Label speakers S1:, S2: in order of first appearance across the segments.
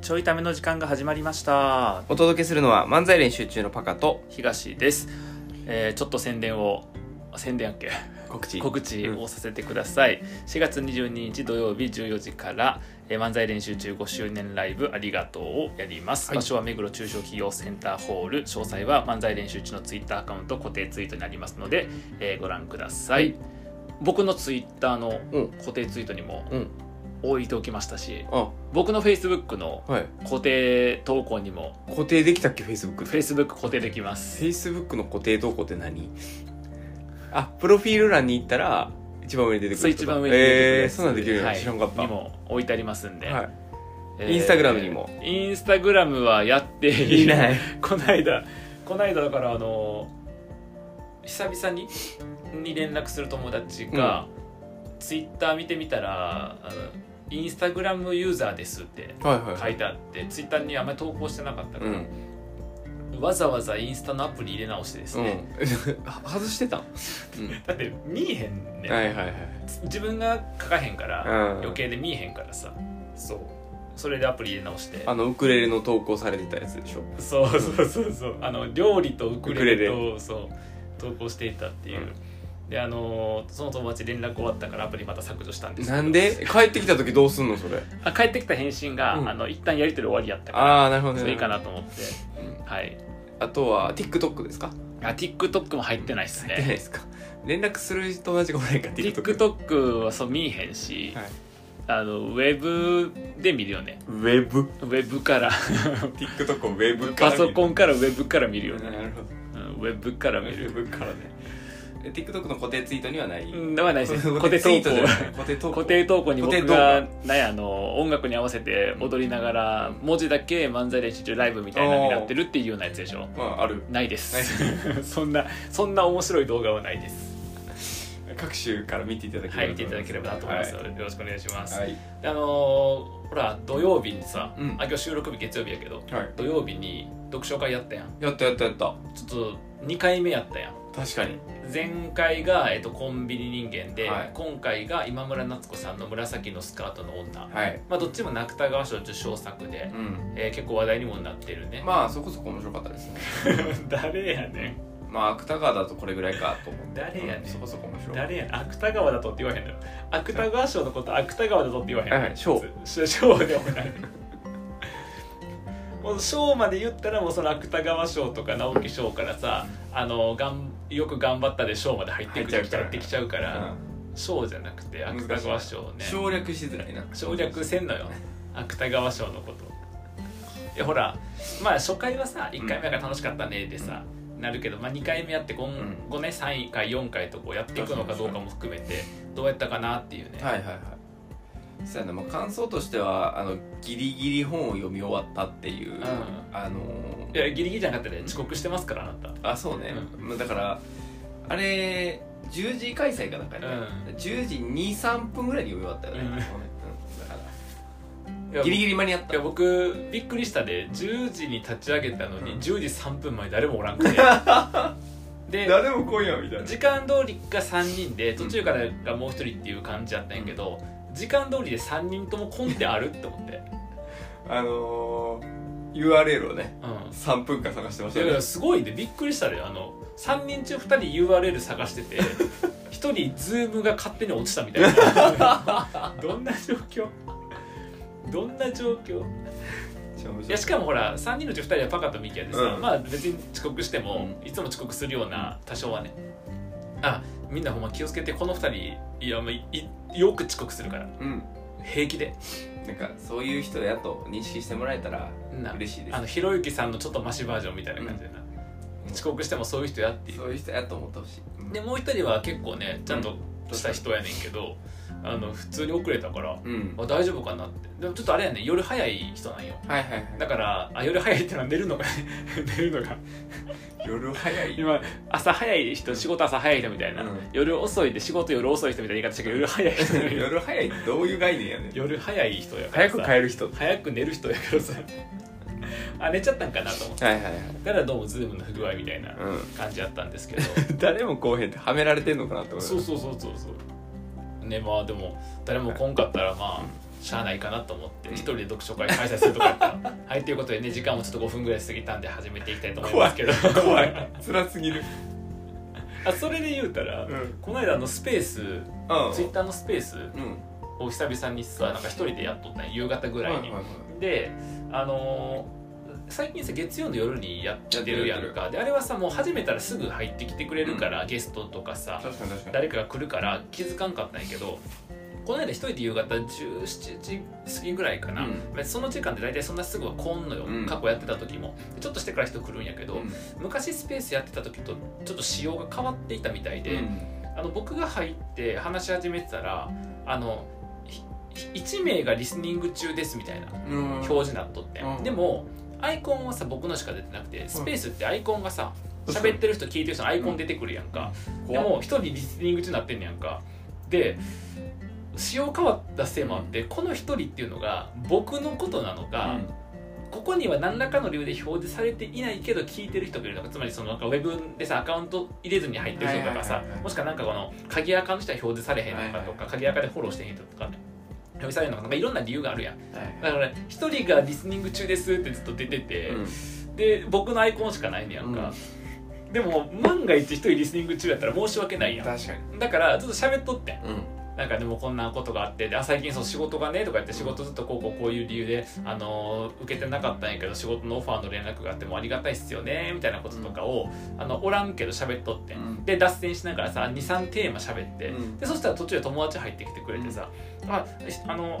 S1: ちょいための時間が始まりました
S2: お届けするのは漫才練習中のパカと
S1: 東です、えーちょっと宣伝を宣伝やっけ
S2: 告知
S1: 告知をさせてください、4月22日土曜日14時から、えー漫才練習中5周年ライブありがとうをやります、
S2: はい
S1: 場所は目黒中小企業センターホール詳細は漫才練習中のツイッターアカウント固定ツイートになりますので、えーご覧ください、僕のツイッターの
S2: うん
S1: 固定ツイートにも
S2: うん
S1: 置いておきましたし、
S2: あ
S1: 僕の Facebook の
S2: はい
S1: 固定投稿にも
S2: 固定できたっけフェイスブックフ
S1: Facebook 固定できます
S2: ェイスブックの固定投稿って何あプロフィール欄に行ったら一番上に出てくる
S1: そう一番上に
S2: に
S1: 出てくる
S2: え
S1: や
S2: ー、
S1: つ
S2: そんなんできるの、
S1: はい
S2: 知らんかった
S1: にも置いてありますんで、
S2: はい
S1: えー
S2: インスタグラムにも
S1: インスタグラム はやって
S2: いない
S1: この間この間だからあの久々にに連絡する友達が、ツイッター見てみたらあのインスタグラムユーザーですって
S2: はいはい
S1: 書いてあってツイッターにあんまり投稿してなかったか
S2: う
S1: ら、
S2: ん、
S1: わざわざインスタのアプリ入れ直してです
S2: う
S1: ね、
S2: ん、外してた ん、う
S1: だって見えへんね、
S2: ん、はいはいはい
S1: 自分が書かへんから、
S2: うん
S1: 余計で見えへんからさそうそれでアプリ入れ直して
S2: あのウクレレの投稿されてたやつでしょ
S1: そうそうそうそうあの料理とウクレレ
S2: ウク
S1: とそう投稿していたっていう、であのーその友達連絡終わったからアプリまた削除したんですけど
S2: なんで帰ってきた時どうすんのそれ
S1: あ帰ってきた返信が、
S2: うん
S1: あの一旦やり取り終わりやったから
S2: ああなるほどね
S1: それいいかなと思って
S2: うん
S1: はい
S2: あとは TikTok ですか
S1: あ TikTok も入ってないです
S2: 入ってない
S1: ね
S2: ですか連絡する友達がおらんから TikTok
S1: TikTok はそう見えへんし、
S2: はい
S1: あのウェブで見るよね
S2: ウェブ
S1: ウェブから
S2: TikTok をウェブ
S1: パソ
S2: ン
S1: コンからウェブから見るよね、
S2: なるほど
S1: うんウェブから見る
S2: ブからね TikTok の固定ツイートにはない
S1: うんではない ですね固
S2: 固
S1: 定
S2: 定ツイ
S1: 投
S2: ートじゃ
S1: 稿
S2: ない固定投稿
S1: 固定投稿に僕
S2: 固
S1: が
S2: 定
S1: なんやあの音楽に合わせて踊りながら
S2: うん
S1: 文字だけ漫才練習中ライブみたいなのになってるっていうようなやつでしょ
S2: まあある
S1: ないです そんなそんな面白い動画はないです
S2: 各種から見ていただけ
S1: はい
S2: れば
S1: 見ていただければなと思いますので、よろしくお願いします、
S2: はい
S1: であのーほら土曜日にさ、
S2: うん
S1: あ今日収録日月曜日やけど
S2: はい
S1: 土曜日に読書会やったやん
S2: やったやったやっ
S1: ち
S2: た
S1: ょっと2回目やったやん
S2: 確かに
S1: 前回が、えっと、コンビニ人間で、
S2: はい
S1: 今回が今村夏子さんの「紫のスカートの女」
S2: はい
S1: まあ、どっちも芥川賞受賞作で
S2: う、ん
S1: えー結構話題にもなってるね、
S2: まあそこそこ面白かったですね
S1: 誰やねん
S2: まあ芥川だとこれぐらいかと思って
S1: 誰やねん
S2: うんそこそこ面白い
S1: 誰やねん芥川だとって言わへんのよ芥川賞のこと芥川だとって言わへんの
S2: はいはい賞
S1: し賞でもない もう賞まで言ったらもうその芥川賞とか直木賞からさあのがんよく頑張ったで賞まで入ってく
S2: 入っちゃうから
S1: ってきちゃうから賞じゃなくて
S2: 難しい
S1: 芥川賞
S2: うん
S1: ね
S2: 省略しづらいな
S1: 省略せんのよ芥川賞のこといやほらまあ初回はさ1回目が楽しかったねでさ、なるけど、まあ、2回目やって今
S2: ん
S1: 後ね3回4回とこうやっていくのかどうかも含めてどうやったかなっていうね、
S2: はいはいはいそうやな、まあ、感想としてはあのギリギリ本を読み終わったっていう、
S1: ん
S2: あの
S1: い、やギリギリじゃなかったで遅刻してますからあなた
S2: あそうね、まあだからあれ10時開催かなんかね、10時23分ぐらいに読み終わったよね、
S1: うん
S2: もうねうんだから
S1: いや
S2: ギリギリ間に合った
S1: いや僕びっくりしたで10時に立ち上げたのに、
S2: うん
S1: 10時3分前誰もおらん くてで
S2: 誰も来んやみたい
S1: 時間通りが3人で途中からがもう1人っていう感じやったんやけど、時間通りで3人ともコンテあるって思 って、
S2: あの URL をね
S1: うん、
S2: 3分間探してま
S1: いやいやすごいねびっくりしたねあの3人中2人 URL 探して て1人ズームが勝手に落ちたみたいな どんな状況どんな状況いやしかもほら3人のうち2人はパカとミキヤでさ、
S2: うん
S1: まあ別に遅刻しても、いつも遅刻するような多少はねあみんなほんま気をつけてこの2人いや、まあ、いいよく遅刻するから
S2: うん
S1: 平気で
S2: なんかそういう人やと認識してもらえたら
S1: な
S2: 嬉しいです
S1: あのひろゆきさんのちょっとマシバージョンみたいな感じでな、
S2: うん
S1: 遅刻してもそういう人やっていう
S2: そういう人やと思ってほしい、うん
S1: でもう一人は結構ねちゃんとした人やねんけど、あの普通に遅れたから、
S2: うん
S1: あ大丈夫かなってでもちょっとあれやね夜早い人なんよ
S2: はいはいはい
S1: だからあ夜早いってのは寝るのが 寝るのが
S2: 夜早い
S1: 今朝早い人仕事朝早い人みたいな、
S2: うん
S1: 夜遅いで仕事夜遅い人みたいな言い方したけど夜早い人
S2: 夜早いってどういう概念やね ん
S1: 夜早い人やから
S2: 早
S1: さ
S2: く帰る人はい
S1: 早く寝る人やからさあ寝ちゃったんかなと思って
S2: はいはい
S1: だからどうもズームの不具合みたいな
S2: う
S1: 感じやったんです けど
S2: ん誰もこうへんってはめられてんのかなって思
S1: そうそうそうそうそうねまあでも誰も来んかったらまあしゃあないかなと思って
S2: うん
S1: 一人で読書会開催するとかやった らはいということでね時間もちょっと5分ぐらい過ぎたんで始めていきたいと思いますけど
S2: 怖い辛すぎる
S1: あそれで言うたら、
S2: うんうん
S1: この間あのスペース、ツイッターのスペース
S2: うん
S1: を久々にさなんか一人でやっとったんや夕方ぐらいに、
S2: はいはいはい
S1: であのー最近さ月曜の夜にやってるやんかであれはさもう始めたらすぐ入ってきてくれるから、ゲストとかさ
S2: 確かに確かに
S1: 誰かが来るから気づかんかったんやけどこの間一人で夕方17時過ぎぐらいかな、
S2: うん
S1: まあその時間で大体そんなすぐは来んのよ、
S2: うん
S1: 過去やってた時もでちょっとしてから人来るんやけど、
S2: うん
S1: 昔スペースやってた時とちょっと仕様が変わっていたみたいで、
S2: うん
S1: あの僕が入って話し始めてたらあの1名がリスニング中ですみたいな
S2: うん
S1: 表示なっとって、
S2: うん
S1: でもアイコンはさ僕のしか出てなくてスペースってアイコンがさ喋ってる人聞いてる人のアイコン出てくるやんか、でも一人リスニング中になってんねやんかで仕様変わったせいもあってこの一人っていうのが僕のことなのか、ここには何らかの理由で表示されていないけど聞いてる人がいるのかつまりそのなんかウェブでさアカウント入れずに入ってる人とか
S2: は
S1: さ
S2: いはいはいはい
S1: もしくはなんかこの鍵アカの人は表示されへんのか
S2: はい
S1: と
S2: はいは
S1: か鍵アカでフォローしてへん人とかね表示されへんのかとかいろんな理由があるやん
S2: うんはい
S1: だからね一人がリスニング中ですってずっと出てて、で僕のアイコンしかないねやんか、でも万が一一人リスニング中やったら申し訳ないや
S2: 確かに
S1: んだからちょっと喋っとってん
S2: うん
S1: なんかでもこんなことがあってであ最近そう仕事がねとか言って仕事ずっとこうこうこういう理由で、あのー受けてなかったんやけど仕事のオファーの連絡があってもうありがたいっすよねみたいなこととかを、あのおらんけど喋っとってん、
S2: うん
S1: で脱線しながらさ23テーマ喋って、
S2: うん
S1: でそしたら途中で友達入ってきてくれてさ「あしあの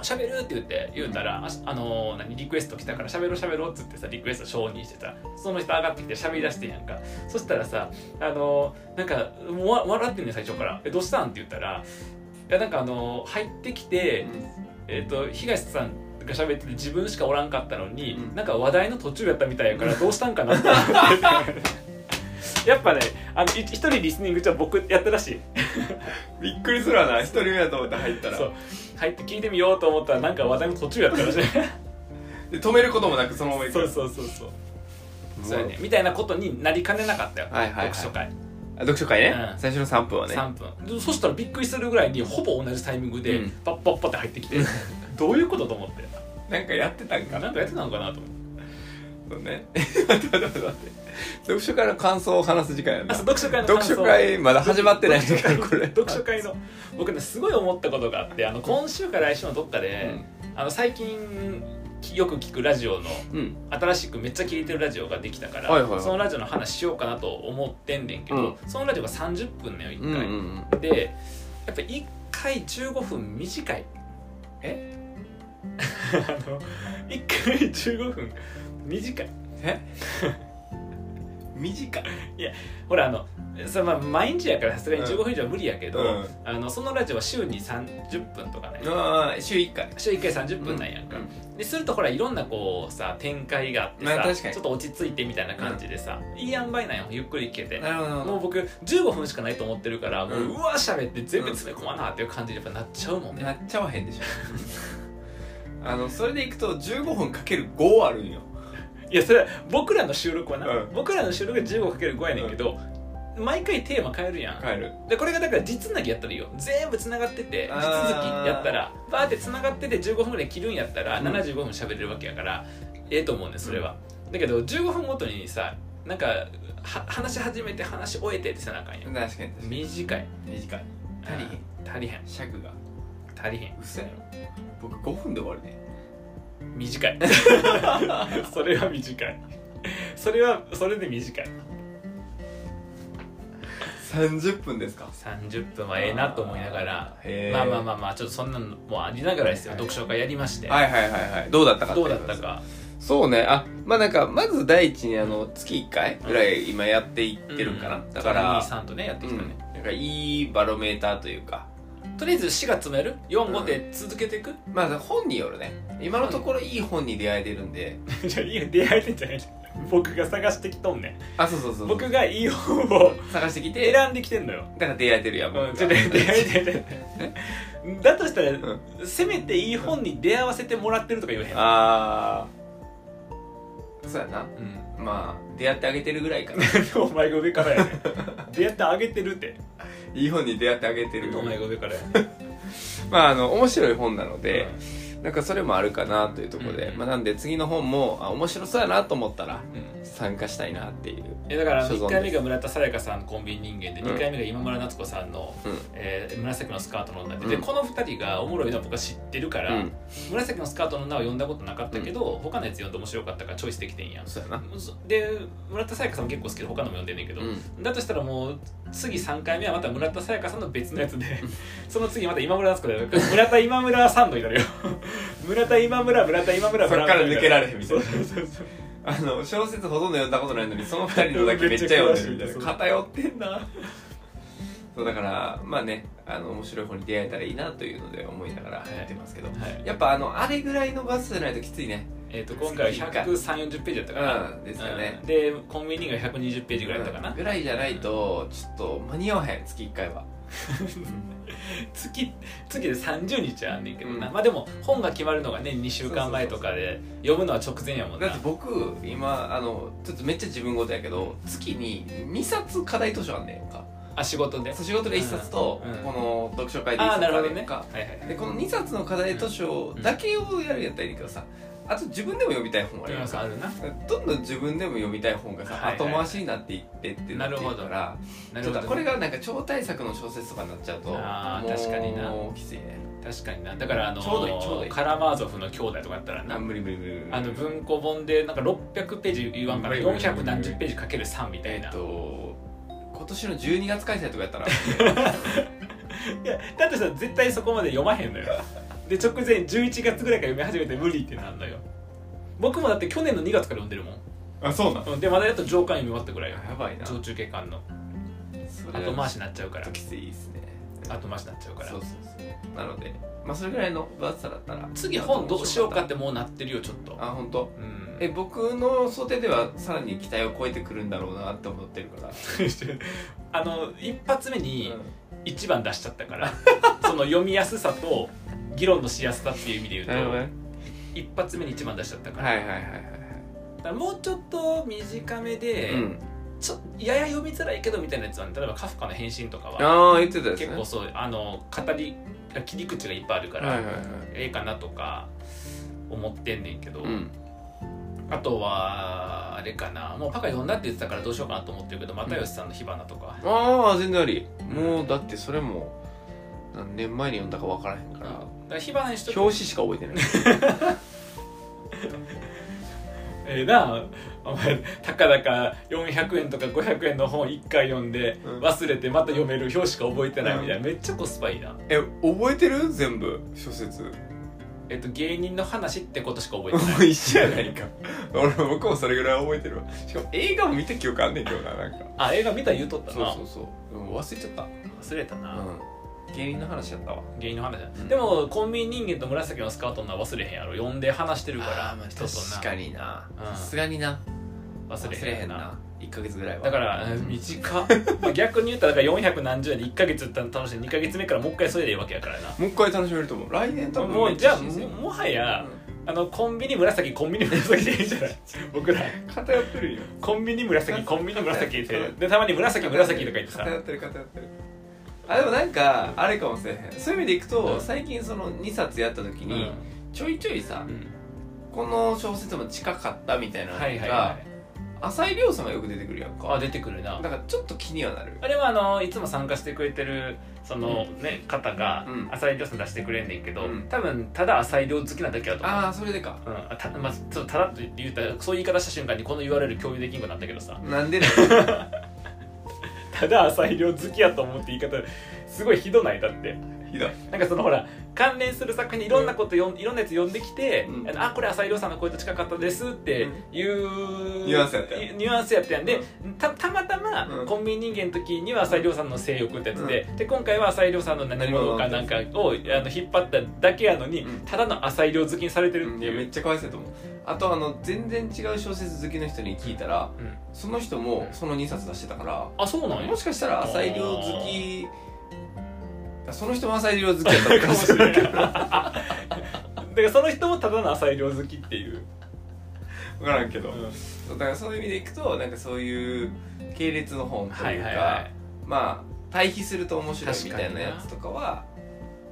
S1: 喋る」って言って言うたら「あしあの何リクエスト来たから喋ろう喋ろう」っつってさリクエスト承認してさその人上がってきて喋り出してんやんかそしたらさあのなんかもうわ笑ってんねん最初から「えどうしたん?」って言ったら「いやなんかあの入ってきて、えっと東さんが喋ってて自分しかおらんかったのに、
S2: うん
S1: なんか話題の途中やったみたいやからどうしたんかなって思 って。やっぱねあのい一人リスニングじゃ僕やったらしい
S2: びっくりするわな一人目だと思って入った
S1: そ
S2: ら
S1: う入って聞いてみようと思ったらなんか話題の途中やったらし い
S2: で止めることもなくそのまま行く
S1: そうそうそうそうそうやねみたいなことになりかねなかったよ、
S2: はいはいはい
S1: 読書会、
S2: あ読書会ね
S1: うん
S2: 最初の3分はね
S1: 3分でそしたらびっくりするぐらいにほぼ同じタイミングで、
S2: うん
S1: パッパッパって入って きてどういうことと思って
S2: なんかやってたんか
S1: なんかやってたのかなと思って
S2: そうね 待って待って待って待って読書会の感想を話す時間や
S1: あ
S2: な
S1: そう 読書会の感
S2: 読
S1: 想
S2: 書会まだ始まってない時間これ
S1: 読書会の僕ねすごい思ったことがあってあの今週か来週のどっかで、あの最近きよく聞くラジオの
S2: うんうん
S1: 新しくめっちゃ聞いてるラジオができたから、
S2: はいはいはい
S1: そのラジオの話しようかなと思ってんねんけど、そのラジオが30分ねよ
S2: う
S1: 1
S2: んうん
S1: 回、
S2: うん
S1: でやっぱ1回15分短いえ あの1回15分短い
S2: え短い
S1: ほらあのそれまあ毎日やからさすがに15分以上は無理やけど、
S2: うん
S1: あのそのラジオは週に30分とかね、
S2: ああ週1回
S1: 週1回30分なんやんか、でするとほらいろんなこうさ展開があってさ、
S2: まあ確
S1: ち
S2: か
S1: ょっ
S2: に
S1: と落ち着いてみたいな感じでさ、いい塩梅なんよゆっくり聞けて
S2: なるほどなるほ
S1: もう
S2: ど
S1: 僕15分しかないと思ってるからもう,、う
S2: うん
S1: わ喋って全部詰め込まなっていう感じにやっぱなっちゃうもんね、
S2: なっちゃわへんで しょあのそれでいくと15分かける5あるんよ
S1: いやそれは僕らの収録はな、
S2: うん
S1: 僕らの収録が 15×5 やねんけど、毎回テーマ変えるやん、
S2: 帰る
S1: でこれがだから実つなぎやったらいいよ全部つながってて地続き
S2: あー
S1: やったらバーってつながってて15分ぐらい切るんやったら
S2: うん
S1: 75分喋れるわけやから、ええと思うねんそれは、だけど15分ごとにさなんかは話し始めて話し終えてってさなあかんやん
S2: 確かに確かに
S1: 短い
S2: 短い足りへん
S1: うん足りへん
S2: 尺が
S1: 足りへん
S2: 嘘やろ僕5分で終わるね
S1: 短 いそれは短いそれはそれで短い
S2: 30分ですか
S1: 30分はええなと思いながら
S2: へー
S1: まあまあまあまあちょっとそんなのもありながらですよ、
S2: はい
S1: 読書会やりまして、
S2: はいはいはいはいどうだったか
S1: どうだったか
S2: そうねあまあなんかまず第一にあの月1回ぐらい今やっていってるんかな、
S1: うん
S2: だから
S1: 23とねやってきたね、
S2: うんなんかいいバロメーターというか
S1: とりあえず4月もやる45で続けていく、
S2: まあ本によるね今のところいい本に出会えてるんで
S1: じゃあいい出会えてんじゃない僕が探してきとんねん
S2: あそうそうそう
S1: 僕がいい方を
S2: 探してきて
S1: 選んできてんのよ、
S2: だから出会えてるやん僕
S1: う
S2: が
S1: ん、ちょっと出会えてるだとしたら、
S2: ん
S1: せめていい本に出会わせてもらってるとか言えへん、
S2: ああそうやな
S1: うん、
S2: まあ出会ってあげてるぐら いかな
S1: お前が上からや ね出会ってあげてるって
S2: いい本に出会ってあげてる
S1: お前が上からやね
S2: まああの面白い本なので、なんかそれもあるかなというところで、
S1: うん
S2: まあ、なんで次の本もあ面白そうやなと思ったら
S1: うんうん
S2: 参加したいなっていう
S1: えだから
S2: 所存
S1: 1
S2: です
S1: 回目が村田沙耶香さんコンビニ人間で
S2: うん
S1: 2回目が今村夏子さんの、
S2: うん
S1: えー紫のスカートの女で,で、
S2: うん
S1: この2人がおもろいのは僕は知ってるから、
S2: うん
S1: 紫のスカートの女は読んだことなかったけど、他のやつ読んで面白かったからチョイスできてんやん
S2: そうやな
S1: そで村田沙耶香さんも結構好きで他のも読んでんねんけど、
S2: う
S1: だとしたらもう次3回目はまた村田沙耶香さんの別のやつで その次また今村夏子だよ村田今村サンドになる よ村田今村村田今村
S2: そっから抜けられへんみたいな
S1: そうそうそう
S2: あの小説ほとんど読んだことないのにその2人のだけめっちゃ読んでるみたいな偏ってんなそうだからまあねあの面白い本に出会えたらいいなというので思いながらやってますけど、
S1: はい
S2: やっぱあのあれぐらいのバスじゃないときついね
S1: えー、と今回は130ページだったかな、
S2: うんですよね
S1: うんでコンビニが120ページぐらいだったかな、
S2: ぐらいじゃないとちょっと間に合わへん月1回は
S1: 月月で30日はあんねんけどな、
S2: うん
S1: まあでも本が決まるのがね2週間前とかで読むのは直前やもん
S2: だ
S1: な
S2: って僕今あのちょっとめっちゃ自分事やけど月に2冊課題図書あんねんか
S1: あ仕事で
S2: そう仕事で1冊と、
S1: うんうん
S2: この読書会で
S1: ああ
S2: 1
S1: な
S2: 冊
S1: る
S2: あ
S1: ほど
S2: るや
S1: ね
S2: んか、
S1: はいはい
S2: でこの2冊の課題図書だけをやるやったらいいねんけどさあと自分でも読みたい本もあ
S1: でも
S2: るやん
S1: さ
S2: か
S1: あるな
S2: どんどん自分でも読みたい本がさ、
S1: はいはい
S2: 後回しになっていってってなっていくから
S1: な
S2: ち
S1: る
S2: ょ
S1: ほど
S2: っと
S1: ね
S2: これがなんか超大作の小説とかになっちゃうと
S1: あー確かにな
S2: もうきついね
S1: 確かになだからあの
S2: ちょうどいいちょうどいい
S1: カラマーゾフの兄弟とかやったらな
S2: あ無理無理無理無理
S1: あの文庫本でなんか600ページ言わんから
S2: うん
S1: 400何十ページかける3みたい
S2: え
S1: な
S2: っと今年の12月開催とかやったら
S1: いやだとしたら絶対そこまで読まへんのよで直前11月ぐらいから読み始めて無理ってなんのよ僕もだって去年の2月から読んでるもん
S2: あそうなの
S1: うんでまだやっと上巻読み終わったぐらいよ
S2: やばいな
S1: 常駐警官の
S2: それは
S1: 後回しになっちゃうか
S2: ち
S1: ら
S2: ょっときついですね
S1: 後回しになっちゃうから
S2: そうそうそうなのでまあそれぐらいの分厚さだったら
S1: 次本どうしようかってもうなってるよちょっと
S2: あ本当。
S1: うん
S2: え僕の想定ではさらに期待を超えてくるんだろうなって思ってるから、
S1: あの一発目に
S2: うん
S1: 一番出しちゃったから その読みやすさと議論のしやすさっていう意味で
S2: なる
S1: 言
S2: ほど
S1: う
S2: ね
S1: と一発目に一番出しちゃったから,、
S2: はいはいはいはい
S1: だからもうちょっと短めで、
S2: はい、うん、
S1: ちょやや読みづらいけどみたいなやつは、例えばカフカの変身とかは
S2: ああ言ってたですね
S1: 結構そうあの語り切り口がいっぱいあるから、
S2: はいはいはい
S1: ええかなとか思ってんねんけど、
S2: うん
S1: あとはあれかなもうパカ読んだって言ってたからどうしようかなと思ってるけど又吉さんの火花とか、
S2: ああ全然ありもうだってそれも何年前に読んだか分からへん
S1: うん
S2: か
S1: だ
S2: ら
S1: から火花にしと
S2: 表
S1: く
S2: 紙しか覚えて ない
S1: ええなあお前たかだか400円とか500円の本1回読んで
S2: うん
S1: 忘れてまた読める表しか覚えてないみたいなめっちゃコスパいいな
S2: え覚えてる全部小説
S1: えっと芸人の話ってことしか覚えて
S2: も
S1: な
S2: う
S1: い
S2: 一緒やないか俺僕もそれぐらい覚えてるわしかも映画も見た記憶あんねんけどななんか
S1: あ映画見た言うとったな
S2: そうそうそうでも忘れちゃった
S1: 忘れたな、
S2: うん芸人の話やったわ
S1: 芸人の話だ、
S2: うん
S1: でもコンビニ人間と紫のスカートのは忘れへんやろ呼んで話してるから人と
S2: 確かにな
S1: うん
S2: さすがにな
S1: な忘れへんな
S2: 1ヶ月ぐらいは
S1: だから
S2: うん
S1: 短っまあ逆に言ったらだから400何十円で1か月楽しんで2か月目からもう一回それでいいわけやからな
S2: もう一回楽しめると思う来年多分
S1: もうじゃあ
S2: めっ
S1: も
S2: ち新鮮
S1: もはやあのコンビニ紫コンビニ紫でいいんじゃない 僕ら
S2: うん偏ってるよ
S1: コンビニ紫コンビニ 紫っ
S2: そう
S1: てでたまに紫紫とか言 ってさ
S2: 偏ってる偏ってるあでもなんかあれかもしれへんそういう意味でいくと、
S1: うん
S2: 最近その2冊やった時
S1: うん
S2: に、ちょいちょいさ、この小説も近かったみたいなのが、
S1: はいはいはい
S2: 浅井亮さんがよく出てくるやんか
S1: あ出てくるな
S2: だからちょっと気にはなる
S1: あれはあのいつも参加してくれてるその、ね方が
S2: うん
S1: 浅井亮さん出してくれんねんけど、
S2: うん
S1: 多分ただ浅井亮好きなだけだと思う
S2: ああそれでか
S1: うんあたまあ、ちょっとただっと言ったらそういう言い方した瞬間にこの URL 共有できんくなったけどさ
S2: な んでなん
S1: ただ浅井亮好きやと思って言い方すごいひどないだって
S2: ひどい
S1: なんかそのほら関連する作品にいろんなことよん、いろんなやつ読んできて「
S2: うん
S1: あのあこれ浅井亮さんの声と近かったです」っていう、
S2: ニュアンスやったやん
S1: ニュアンスやったやんでたたまたま
S2: うん
S1: コンビニ人間の時には浅井亮さんの性欲ってやつで,、で今回は浅井亮さんの何者かなんかをあの引っ張っただけやのに、
S2: うん
S1: ただの浅井亮好きにされてるっ
S2: い
S1: て
S2: や
S1: いう。
S2: めっちゃかわいそうやと思うあとあの全然違う小説好きの人に聞いたら
S1: うん
S2: その人もその2冊出してたから
S1: あそうなんや
S2: もしかしたら浅井亮好きその人も浅井亮好きやったのか
S1: かも
S2: も
S1: し
S2: し
S1: れ
S2: れ
S1: ない
S2: な
S1: だ
S2: い
S1: からその人もただの浅井亮好きっていう、
S2: 分からんけどだからそういう意味でいくとなんかそういう系列の本というか、
S1: はいはいはい
S2: まあ対比すると面白いみたいなやつとかは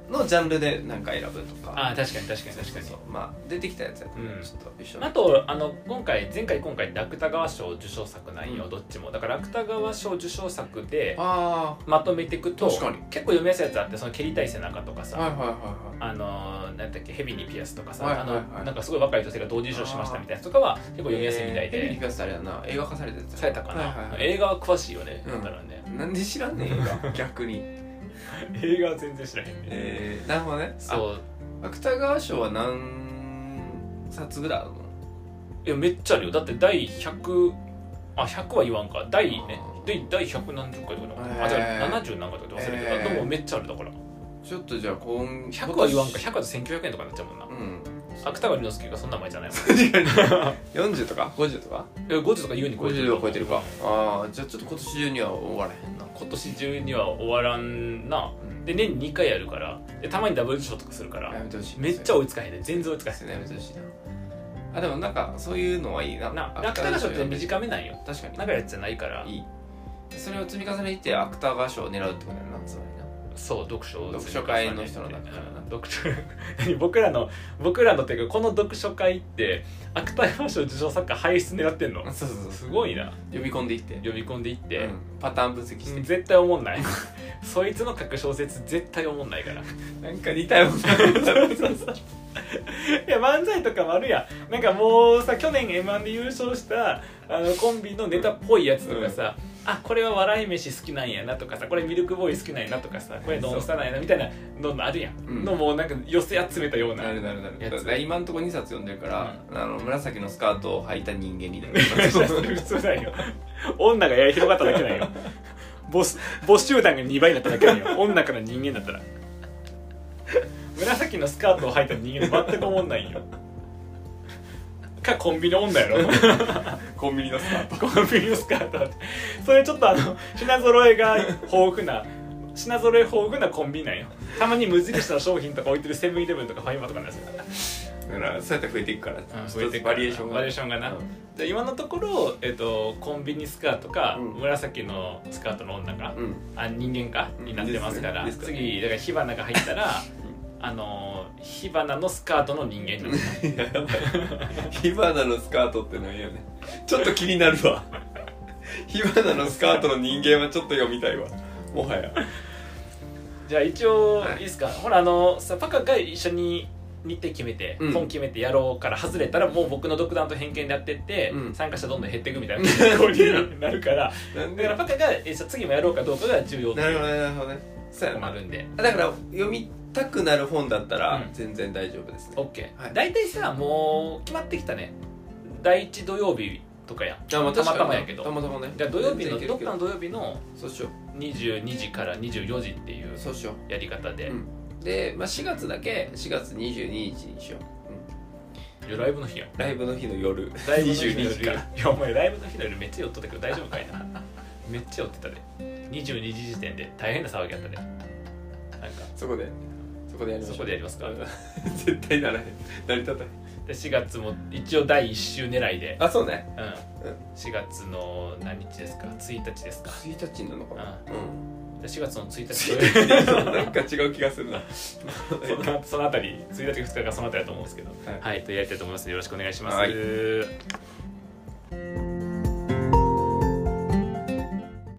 S2: のジャンルで何か選ぶとか
S1: ああ確かに確かに確かに
S2: そうそうまあ出てきたやつやとね
S1: うん
S2: ちょっと一緒に
S1: あとあの今回前回今回って芥川賞受賞作なんよ、
S2: うん
S1: どっちもだから芥川賞受賞作で
S2: あ
S1: まとめていくと
S2: 確かに
S1: 結構読みやすいやつあってその蹴りたい背中とか
S2: あ
S1: さ、
S2: はいはいはいはい
S1: あのーなんだっけ蛇にピアスとかさ、
S2: はいはいはい
S1: あのなんかすごい若い女性が同時受賞しましたみたいなやつとかは結構読みやすいみたい
S2: えーヘビ
S1: で
S2: リ、カスあれやな映画化されたやつや
S1: されたかな、
S2: はいはいはい
S1: 映画は詳しいよね、
S2: うん
S1: だからね
S2: なんで知らんねん映 画逆に
S1: 映画は全然知らへんね、
S2: えー、なるほどねあ
S1: そう
S2: 芥川賞は何冊ぐらいあるの
S1: いやめっちゃあるよだって第100あ100は言わんか第ね
S2: あー
S1: 第第100何十回とかなんか、
S2: へー
S1: あじゃあ70何回とかって忘れてた、
S2: へー
S1: でもめっちゃあるだから
S2: ちょっとじゃあ今
S1: 100は言わんか100
S2: 今
S1: だと1900円とかになっちゃうもんな
S2: 年うん
S1: 芥川龍之介がそんな前じゃないもん
S2: 40とか50とか
S1: え50とか言うに超えて
S2: 50
S1: る
S2: は超えてるかああじゃあちょっと今年中には終わらへんな
S1: 今年中には終わらんな
S2: うん
S1: で年に2回やるからでたまにダブル受賞とかするから
S2: やめてほしい
S1: めっちゃ追いつかへんね全然追いつかへ
S2: ですねやめてほしいなあでもなんかそういうのはいいなん
S1: な芥川賞って
S2: い
S1: 短めなんよ
S2: 確かに
S1: 長いやつじゃないから
S2: いいそれを積み重ねていって芥川賞を狙うってことやなつまりな
S1: そう読書を
S2: 読書会の人の中からな
S1: 読書 何僕らの僕らのっていうかこの読書会って芥川賞受賞作家輩出狙ってんの
S2: あそうそうそ
S1: すごいな
S2: う呼び込んでいって
S1: 呼び込んでいって、
S2: うんパターン分析して、
S1: 絶対おもんない そいつの書く小説絶対おもんないから
S2: なんか似たような
S1: いや漫才とかもあるやんなんかもうさ去年 m 1で優勝したあのコンビのネタっぽいやつとかさ、あこれは笑い飯好きなんやなとかさこれミルクボーイ好きなんやなとかさこれノンスタなんやなみたいなのあるやん、
S2: うん
S1: のもうなんか寄せ集めたような
S2: なるなるなる
S1: やつ
S2: だから今んとこ2冊読んでるから、あの紫のスカートを履いた人間になる
S1: それ普通だよ女がやり広がっただけだよボス母集団が2倍になっただけだよ女から人間だったら紫のスカートを履いた人間全く思んないよかコンビニ女やろ
S2: コンビニのスカート
S1: コンビニのスカートだってそれちょっとあの品揃えが豊富な品揃え豊富なコンビニなんよたまに無印の商品とか置いてるセブンイレブンとかファミマとかなんですよ
S2: だからそうやって増えていくから、
S1: そうやって
S2: バリエーションが
S1: バリエーションがな、
S2: うん
S1: で今のところ、えっとコンビニスカートか、
S2: うん
S1: 紫のスカートの女か、
S2: うん
S1: あ人間か
S2: うん
S1: になってますから、
S2: ですねですから
S1: 次だから火花が入ったら、あのー火花のスカートの人間になる
S2: やばい 火花のスカートってのいいよねちょっと気になるわ 火花のスカートの人間はちょっと読みたいわもはや
S1: じゃあ一応、
S2: はい
S1: い、いですかほらあのさパカが一緒に日程決めて、
S2: うん
S1: 本決めてやろうから外れたらもう僕の独断と偏見でやってって、
S2: うん
S1: 参加者どんどん減っていくみた いな傾向になるから
S2: なん
S1: だからパカが、えさ次もやろうかどうかが重要って
S2: なる
S1: いう
S2: ほどねなるほどねそうや
S1: のもあ
S2: な
S1: るんで。
S2: だから読みたくなる本だったら
S1: うん
S2: 全然大丈夫ですね、
S1: オッケ
S2: はい
S1: ー大体さもう決まってきたね第一土曜日とかやん
S2: あまあ
S1: たま
S2: 確かに
S1: たまやけど
S2: たまたまね
S1: じゃあ土曜日の
S2: 全然いけ
S1: ど
S2: る
S1: っ
S2: け
S1: かの土曜日の
S2: そうしよ
S1: 22時から24時っていう
S2: うそうしよ
S1: やり方で、
S2: うんうで、まあ、4月だけ4月22日にしよう、うん
S1: いやライブの日やん
S2: ライブの日の夜
S1: ライブの 日の
S2: 22時から
S1: いやお前ライブの日の夜めっちゃ寄っとったけど大丈夫かいなめっちゃ寄ってたで22時時点で大変な騒ぎやったでなんか
S2: そこでそこでやりましょ
S1: そうこでやりますか
S2: 絶対ならへん成り立たへん
S1: で4月も一応第1週狙いで、
S2: あそうね
S1: うん、
S2: うん
S1: 4月の何日ですか1日ですか
S2: 1日になるのかなうん
S1: で4月の1日
S2: 1日でいいのなん か違う気がするな
S1: そのそのあたり1日2日がそのあたりだと思うんですけどはい、とやりたいと思いますのでよろしくお願いします、
S2: はい